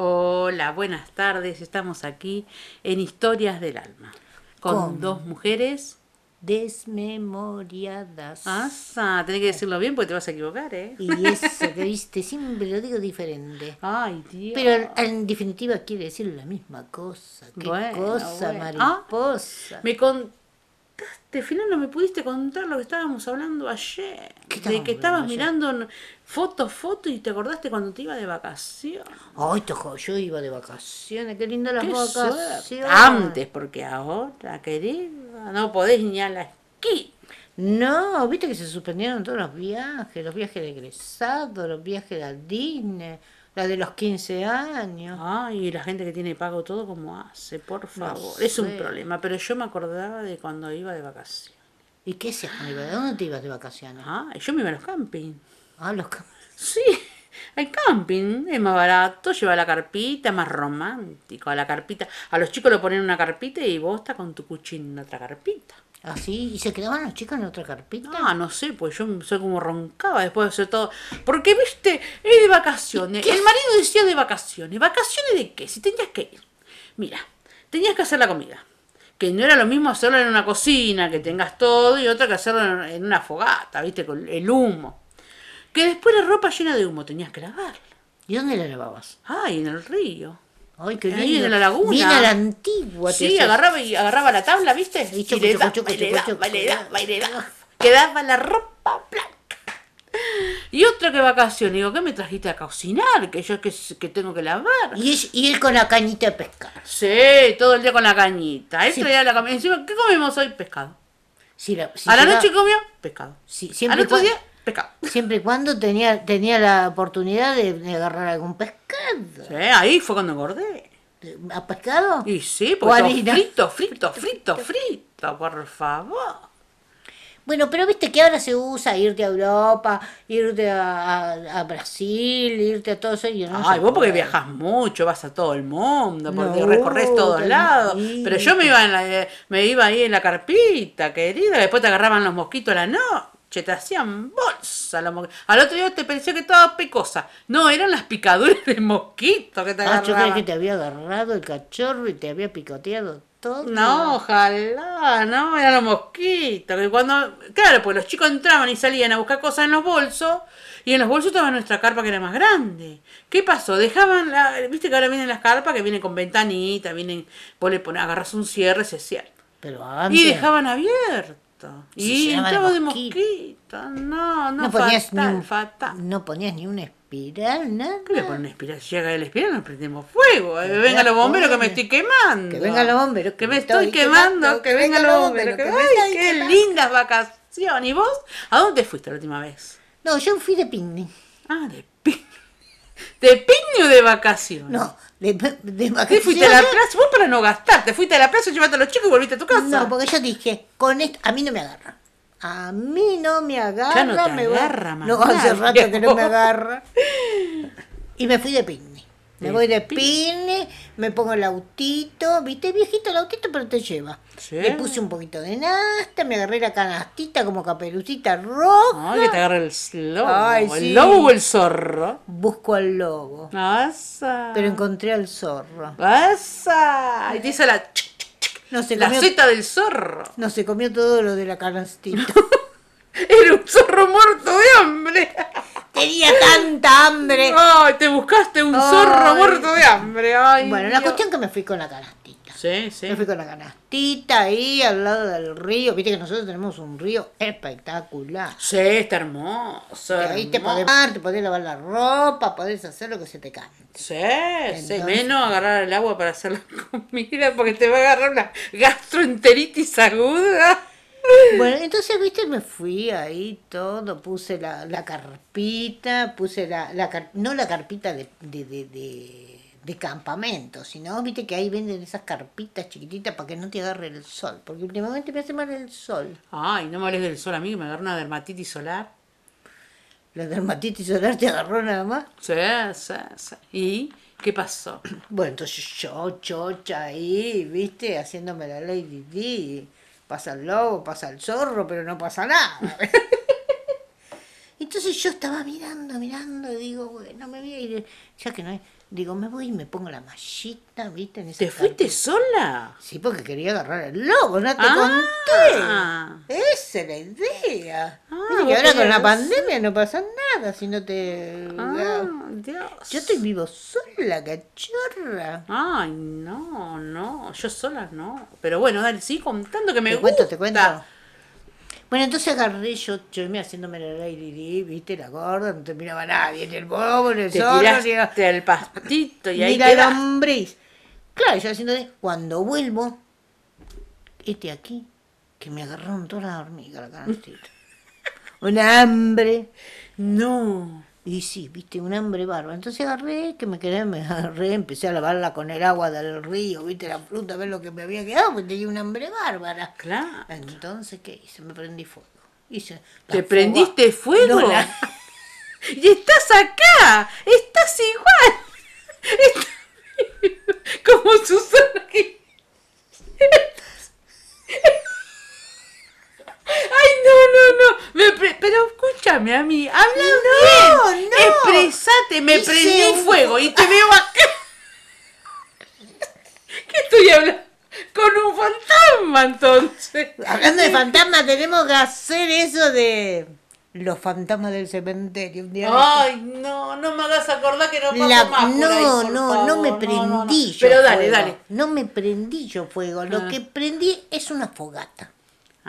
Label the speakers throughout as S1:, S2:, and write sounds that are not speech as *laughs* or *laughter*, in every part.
S1: Hola, buenas tardes. Estamos aquí en Historias del Alma con
S2: Con-
S1: dos mujeres.
S2: Desmemoriadas.
S1: Ah, tenés que decirlo bien porque te vas a equivocar, ¿eh?
S2: Y eso que viste, siempre lo digo diferente.
S1: Ay, Dios.
S2: Pero en definitiva quiere decir la misma cosa. Qué
S1: Bueno,
S2: cosa,
S1: bueno. Ah.
S2: mariposa.
S1: me contaste, final no me pudiste contar lo que estábamos hablando ayer.
S2: ¿Qué
S1: de
S2: estábamos
S1: que estabas
S2: hablando
S1: mirando en- fotos, fotos y te acordaste cuando te iba de vacaciones.
S2: Ay, tojo, yo iba de vacaciones. Qué linda las
S1: Qué suerte. Ah.
S2: vacaciones.
S1: Antes, porque ahora, querida, no podés ni a la esquina.
S2: No, viste que se suspendieron todos los viajes, los viajes de egresado, los viajes de la Disney, la de los 15 años.
S1: Ay, y la gente que tiene pago todo como hace, por favor.
S2: sé.
S1: Es un problema, pero yo me acordaba de cuando iba de vacaciones.
S2: ¿Y qué se ¿De dónde te ibas de vacaciones?
S1: Ah, yo me iba a los camping.
S2: Ah, los cam-
S1: Sí, el camping es más barato, lleva la carpita, más romántico. A la carpita, a los chicos le ponen una carpita y vos estás con tu cuchín en otra carpita.
S2: *laughs* ¿Ah, sí? ¿Y se quedaban los chicos en otra carpita?
S1: Ah, no sé, pues yo soy como roncaba después de hacer todo. Porque, viste, es de vacaciones. El marido decía de vacaciones. ¿Vacaciones de qué? Si tenías que ir. Mira, tenías que hacer la comida. Que no era lo mismo hacerlo en una cocina, que tengas todo, y otra que hacerlo en- en una fogata, viste, con el humo. Que después la ropa llena de humo tenías que lavarla.
S2: ¿Y dónde la lavabas?
S1: Ay, en el río.
S2: Ay, qué
S1: Ahí
S2: lindo.
S1: en la laguna.
S2: Bien a la antigua. te
S1: Sí,
S2: hacías.
S1: agarraba y agarraba la tabla, ¿viste?
S2: Y
S1: Y,
S2: choco,
S1: le
S2: choco,
S1: daba,
S2: choco,
S1: y le
S2: choco,
S1: daba, y le
S2: choco.
S1: daba, y le daba. Quedaba la ropa blanca. Y otro que vacaciones, digo, ¿qué me trajiste a cocinar? Que yo que, que tengo que lavar.
S2: Y, es- y él con la cañita de pescar.
S1: Sí, todo el día con la cañita. Él
S2: Sí.
S1: traía la comida. Encima, ¿qué comimos hoy? Pescado.
S2: Si la- si
S1: a la
S2: llegaba-
S1: noche comió pescado.
S2: si-
S1: Al
S2: siempre, y
S1: otro
S2: cua-
S1: día, pescado.
S2: siempre y cuando tenía, tenía la oportunidad de, de agarrar algún pescado.
S1: Sí, ahí fue cuando engordé.
S2: ¿A pescado?
S1: Y sí,
S2: O
S1: porque todo
S2: harina.
S1: frito,
S2: *laughs*
S1: frito, frito, frito, por favor.
S2: Bueno, pero viste que ahora se usa irte a Europa, irte a, a- a Brasil, irte a todo eso. Y yo no
S1: Ay,
S2: sé
S1: vos porque
S2: por qué.
S1: viajas mucho, vas a todo el mundo, porque
S2: No,
S1: recorres todos
S2: tan
S1: lados.
S2: lindo.
S1: Pero yo me iba, en la- eh, me iba ahí en la carpita, querida. Después te agarraban los mosquitos a la noche, te hacían bolsa. los mosqui- Al otro día te pensé que estaba picosa. No, eran las picaduras de mosquito que te
S2: Ah, yo creí
S1: agarraban.
S2: que te había agarrado el cachorro y te había picoteado todo.
S1: No, ojalá, no, eran los mosquitos. que cuando, claro, pues los chicos entraban y salían a buscar cosas en los bolsos, y en los bolsos estaba nuestra carpa que era más grande. ¿Qué pasó? Dejaban la, viste que ahora vienen las carpas que vienen con ventanita, vienen, vos le ponés, agarrás un cierre, se cierra.
S2: Pero antes.
S1: Y dejaban abierto.
S2: Se
S1: Y
S2: llenaba de
S1: entraba de
S2: mosquito.
S1: mosquito. No, no,
S2: No ponías
S1: fatal,
S2: ni un,
S1: fatal.
S2: No ponías ni una espiral, nada.
S1: ¿Qué le ponen espiral? Si llega el espiral, nos prendemos fuego. Eh, vengan
S2: la
S1: los bomberos que me
S2: ponen.
S1: estoy quemando.
S2: Que vengan los bomberos,
S1: Que me estoy quemando. Que vengan los bomberos. que-
S2: me
S1: ¡Ay,
S2: estoy
S1: qué
S2: quemando!
S1: lindas vacaciones! ¿Y vos? ¿A dónde fuiste la última vez?
S2: No, yo fui de picnic.
S1: Ah, de piño. ¿De piño de vacaciones?
S2: No, de, de
S1: ¿Qué
S2: vacaciones.
S1: fuiste a la plaza? Vos para no gastar. Te fuiste a la plaza, llevaste a los chicos y volviste a tu casa.
S2: No, porque yo dije, con esto, a mí no me agarra. A mí no me agarra.
S1: Ya no te
S2: me va-
S1: agarra, más
S2: No, hace
S1: vale.
S2: rato que
S1: *laughs*
S2: no me agarra. Y me fui de picnic. Me
S1: De
S2: voy de picnic, me pongo el autito, viste, viejito el autito, pero te lleva.
S1: Sí.
S2: Le puse un poquito de nasta, me agarré la canastita como caperucita roja.
S1: Ay, que te agarra el lobo.
S2: Ay,
S1: El
S2: sí.
S1: lobo o el zorro.
S2: Busco al lobo,
S1: Asa.
S2: pero encontré al zorro.
S1: Asa. Y te hizo la, ch, ch, ch,
S2: No se,
S1: la
S2: comió,
S1: seta del zorro.
S2: no se comió todo lo de la canastita.
S1: Era un zorro muerto de hambre.
S2: Tenía tanta hambre.
S1: Ay, te buscaste un
S2: Ay.
S1: zorro muerto de hambre. Ay,
S2: Bueno, la
S1: Dios.
S2: cuestión que me fui con la canastita.
S1: Sí, sí.
S2: Me fui con la canastita ahí al lado del río. Viste que nosotros tenemos un río espectacular.
S1: Sí, está hermoso.
S2: Que ahí te
S1: hermoso.
S2: podés bañar, te podés lavar la ropa, podés hacer lo que se
S1: *laughs*
S2: te cante.
S1: Sí, sí,
S2: Entonces-
S1: menos agarrar el agua para hacer la *laughs* comida porque te va a agarrar una gastroenteritis aguda.
S2: Bueno, entonces, viste, me fui ahí todo, puse la, la carpita, puse la, la car- no la carpita de, de, de, de- de campamento, sino, viste, que ahí venden esas carpitas chiquititas para que no te agarre el sol, porque últimamente me hace mal el sol.
S1: Ay, no me hables del sol a mí que me agarra una dermatitis solar.
S2: La dermatitis solar te agarró nada más.
S1: Sí, sí, sí. ¿Y qué pasó?
S2: Bueno, entonces yo, chocha ahí, viste, haciéndome la Lady D. Pasa el lobo, pasa el zorro, pero no pasa *laughs* nada. entonces yo estaba mirando, mirando, y digo, bueno, me voy a día y de- ya que no hay, digo, me voy y me pongo la mallita, ¿viste? En ese
S1: ¿Te fuiste
S2: carpet.
S1: sola?
S2: Sí, porque quería agarrar el lobo, no te
S1: Ah.
S2: conté. Esa es la idea.
S1: Ah,
S2: Viste que
S1: vos
S2: ahora con
S1: querías-
S2: la pandemia no pasa nada si no te...
S1: Ah, Dios.
S2: Yo estoy vivo sola, cachorra.
S1: Ay, no, no, yo sola no. Pero bueno, dale, sí, contando que me
S2: Te cuento,
S1: gusta.
S2: te cuento. Bueno, entonces agarré yo, yo me haciéndome la ley, viste, la gorda, no te miraba nadie, ni el bobo, ni el
S1: Te
S2: zorro, ni la,
S1: tiraste al pastito y
S2: ni
S1: ahí
S2: la
S1: quedaste.
S2: lombriz. Claro, yo haciendo de, cuando vuelvo, este aquí, que me agarraron todas las
S1: *laughs*
S2: hormigas, la canastita. Un hambre.
S1: No.
S2: Y sí, viste, un hambre bárbaro. Entonces agarré, que me quedé, me agarré, empecé a lavarla con el agua del río, viste, la fruta, a ver lo que me había quedado, porque tenía un hambre bárbara.
S1: Claro.
S2: Entonces, ¿qué hice? Me prendí fuego. Hice la
S1: ¿Te
S2: foga-
S1: prendiste fuego?
S2: No, la-
S1: Y estás acá. Estás igual. *laughs* Estás- Como Susana. que- *laughs* Ay, no, no, no. Me pre- Pero escúchame a mí. Habla
S2: No,
S1: bien.
S2: no.
S1: Expresate. Me
S2: Hice
S1: prendí
S2: un-
S1: fuego y te veo acá. ¿Qué estoy hablando? Con un fantasma, entonces.
S2: Hablando de fantasmas, tenemos que hacer eso de los fantasmas del cementerio. un día de-
S1: Ay, no, no me hagas acordar que Ah, no paso
S2: La-
S1: más. por
S2: no,
S1: ahí, por
S2: no,
S1: favor.
S2: no me prendí
S1: no, no.
S2: yo.
S1: Pero dale,
S2: fuego.
S1: dale.
S2: No me prendí yo fuego. Lo
S1: Ah.
S2: que prendí es una fogata.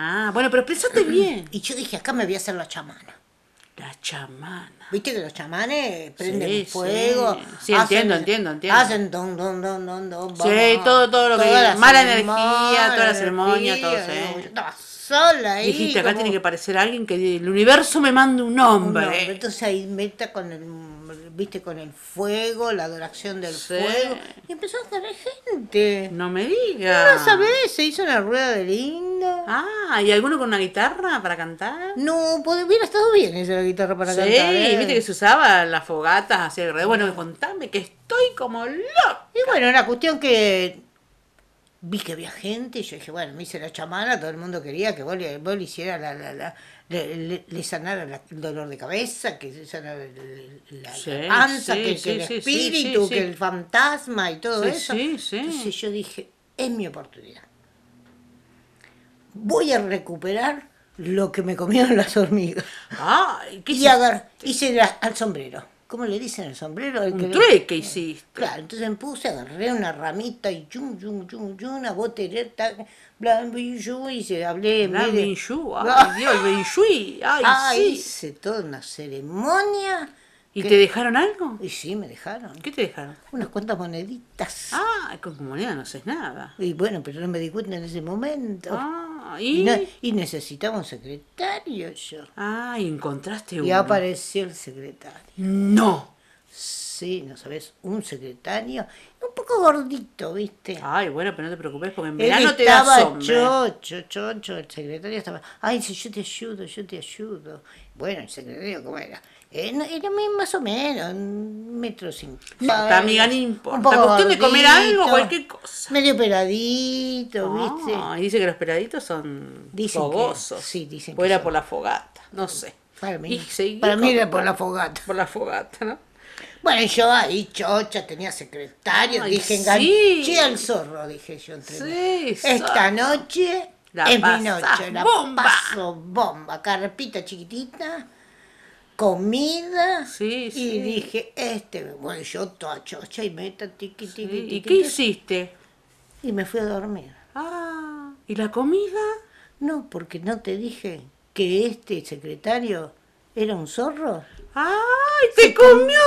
S1: Ah, bueno, pero pensate bien.
S2: Y yo dije, acá me voy a hacer la chamana.
S1: La chamana.
S2: Viste que los chamanes prenden
S1: Sí,
S2: fuego.
S1: sí. Sí, entiendo, entiendo, entiendo.
S2: Hacen don, don, don, don, don.
S1: Sí, todo- todo lo que-
S2: Toda la
S1: mala
S2: ceremonia,
S1: energía, toda la ceremonia,
S2: energía,
S1: todo, sí.
S2: digo, Yo estaba sola ahí.
S1: Dijiste, acá
S2: como
S1: tiene que aparecer alguien que el universo me mande un
S2: un
S1: nombre.
S2: hombre. Entonces ahí meta con el, viste, con el fuego, la adoración del
S1: Sí.
S2: fuego. Y empezó a caer gente.
S1: No me
S2: No,
S1: digas.
S2: ¿sabés? Se hizo una rueda de lindo.
S1: Ah, ¿y alguno con una guitarra para cantar?
S2: No, pod- hubiera estado bien esa la guitarra para
S1: sí,
S2: cantar. ¿eh?
S1: viste que se usaba las fogatas hacia alrededor. Bueno, contame que estoy como loca.
S2: Y bueno, la cuestión que vi que había gente y yo dije, bueno, me hice la chamana, todo el mundo quería que vos le, vos le hiciera la, la- la- le, le- le sanara la- el dolor de cabeza, que se sanara el- el- la
S1: Sí,
S2: panza,
S1: sí,
S2: que, que
S1: sí,
S2: el
S1: sí, sí,
S2: espíritu,
S1: sí, sí.
S2: que el fantasma y todo
S1: Sí,
S2: eso.
S1: sí, sí.
S2: Entonces yo dije, es mi oportunidad. Voy a recuperar lo que me comieron *laughs* las hormigas.
S1: Ay, ¿qué
S2: Y agar- hice la- al sombrero. ¿Cómo le dicen el sombrero? El que-
S1: Un trueque hiciste.
S2: Claro, entonces me puse, agarré una ramita y yum, yum, yum, yum, una botereta, blan, bin, yu, y se hablé.
S1: La
S2: mire, *laughs*
S1: Benjú, ay
S2: Ah.
S1: Dios, el Benjui, ay,
S2: ah,
S1: sí.
S2: hice toda una ceremonia.
S1: ¿Y
S2: que-
S1: te dejaron algo?
S2: Y sí, me dejaron.
S1: ¿Qué te dejaron?
S2: Unas cuantas moneditas.
S1: Ah, con comunidad no haces nada.
S2: Y bueno, pero no me di cuenta en ese momento.
S1: Ah,
S2: Y,
S1: y.
S2: no- y necesitaba un secretario yo.
S1: Ah, y encontraste
S2: Y
S1: uno.
S2: apareció el secretario.
S1: No.
S2: Sí, no sabes, un secretario un poco gordito, ¿viste?
S1: Ay, bueno, pero no te preocupes porque en
S2: Él
S1: verano te da
S2: estaba
S1: sombra.
S2: chocho, chocho, el secretario estaba, ay, dice, yo te ayudo, yo te ayudo. Bueno, el secretario, ¿cómo era? Eh, no, Era mi- más o menos, un metro cincuenta.
S1: Está, amiga, no importa. Cuestión de comer algo, cualquier cosa.
S2: Medio peladito, ¿viste?
S1: Ah, y dice que los peladitos son
S2: Dicen que-
S1: fogosos.
S2: sí, dicen
S1: O
S2: que
S1: Pues era
S2: son.
S1: por la fogata, no sé.
S2: Para mí,
S1: Y seguí
S2: para mí
S1: con-
S2: era por la fogata.
S1: Por la fogata, ¿no?
S2: Bueno, yo ahí, chocha, tenía secretario,
S1: Ay,
S2: dije,
S1: sí.
S2: enganché al zorro, dije yo entre mí.
S1: Sí,
S2: Esta
S1: zorro.
S2: noche
S1: La
S2: es mi
S1: pasás
S2: noche, la
S1: bomba.
S2: paso bomba, carpita chiquitita, comida,
S1: Sí,
S2: y
S1: sí.
S2: dije, este, bueno, yo toda chocha y meta tiqui, tiqui,
S1: Sí, ¿Y
S2: tiqui,
S1: qué
S2: tiqui,
S1: hiciste?
S2: y me fui a dormir.
S1: Ah, ¿y la comida?
S2: No, porque no te dije que este secretario era un zorro.
S1: ¡Ay, te comió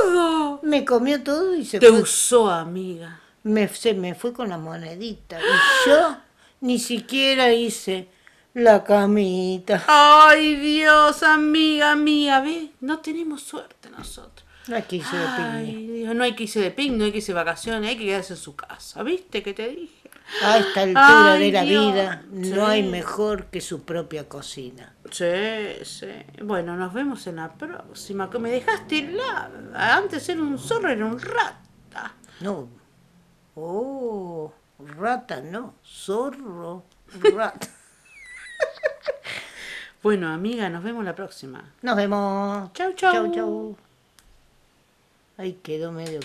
S1: todo!
S2: Me comió todo y se
S1: Te
S2: fue.
S1: usó, amiga.
S2: me, se me fue con la monedita y yo ni siquiera hice la camita.
S1: ¡Ay, Dios, amiga mía! ¿Ves? No tenemos suerte nosotros.
S2: Aquí hice de piña.
S1: Ay, Dios, no hay que irse de ping, no hay que irse de vacaciones, hay que quedarse en su casa. ¿Viste que te dije?
S2: A esta altura
S1: Ay,
S2: de la
S1: Dios.
S2: vida
S1: Sí.
S2: no hay mejor que su propia cocina.
S1: Sí, sí. Bueno, nos vemos en la próxima. Que me dejaste helada. Antes era un zorro, era un rata.
S2: No. Oh, rata no, zorro,
S1: *laughs*
S2: rata.
S1: Bueno, amiga, nos vemos la próxima.
S2: Nos vemos.
S1: Chau, chau.
S2: Chau, chau. Ay, quedó medio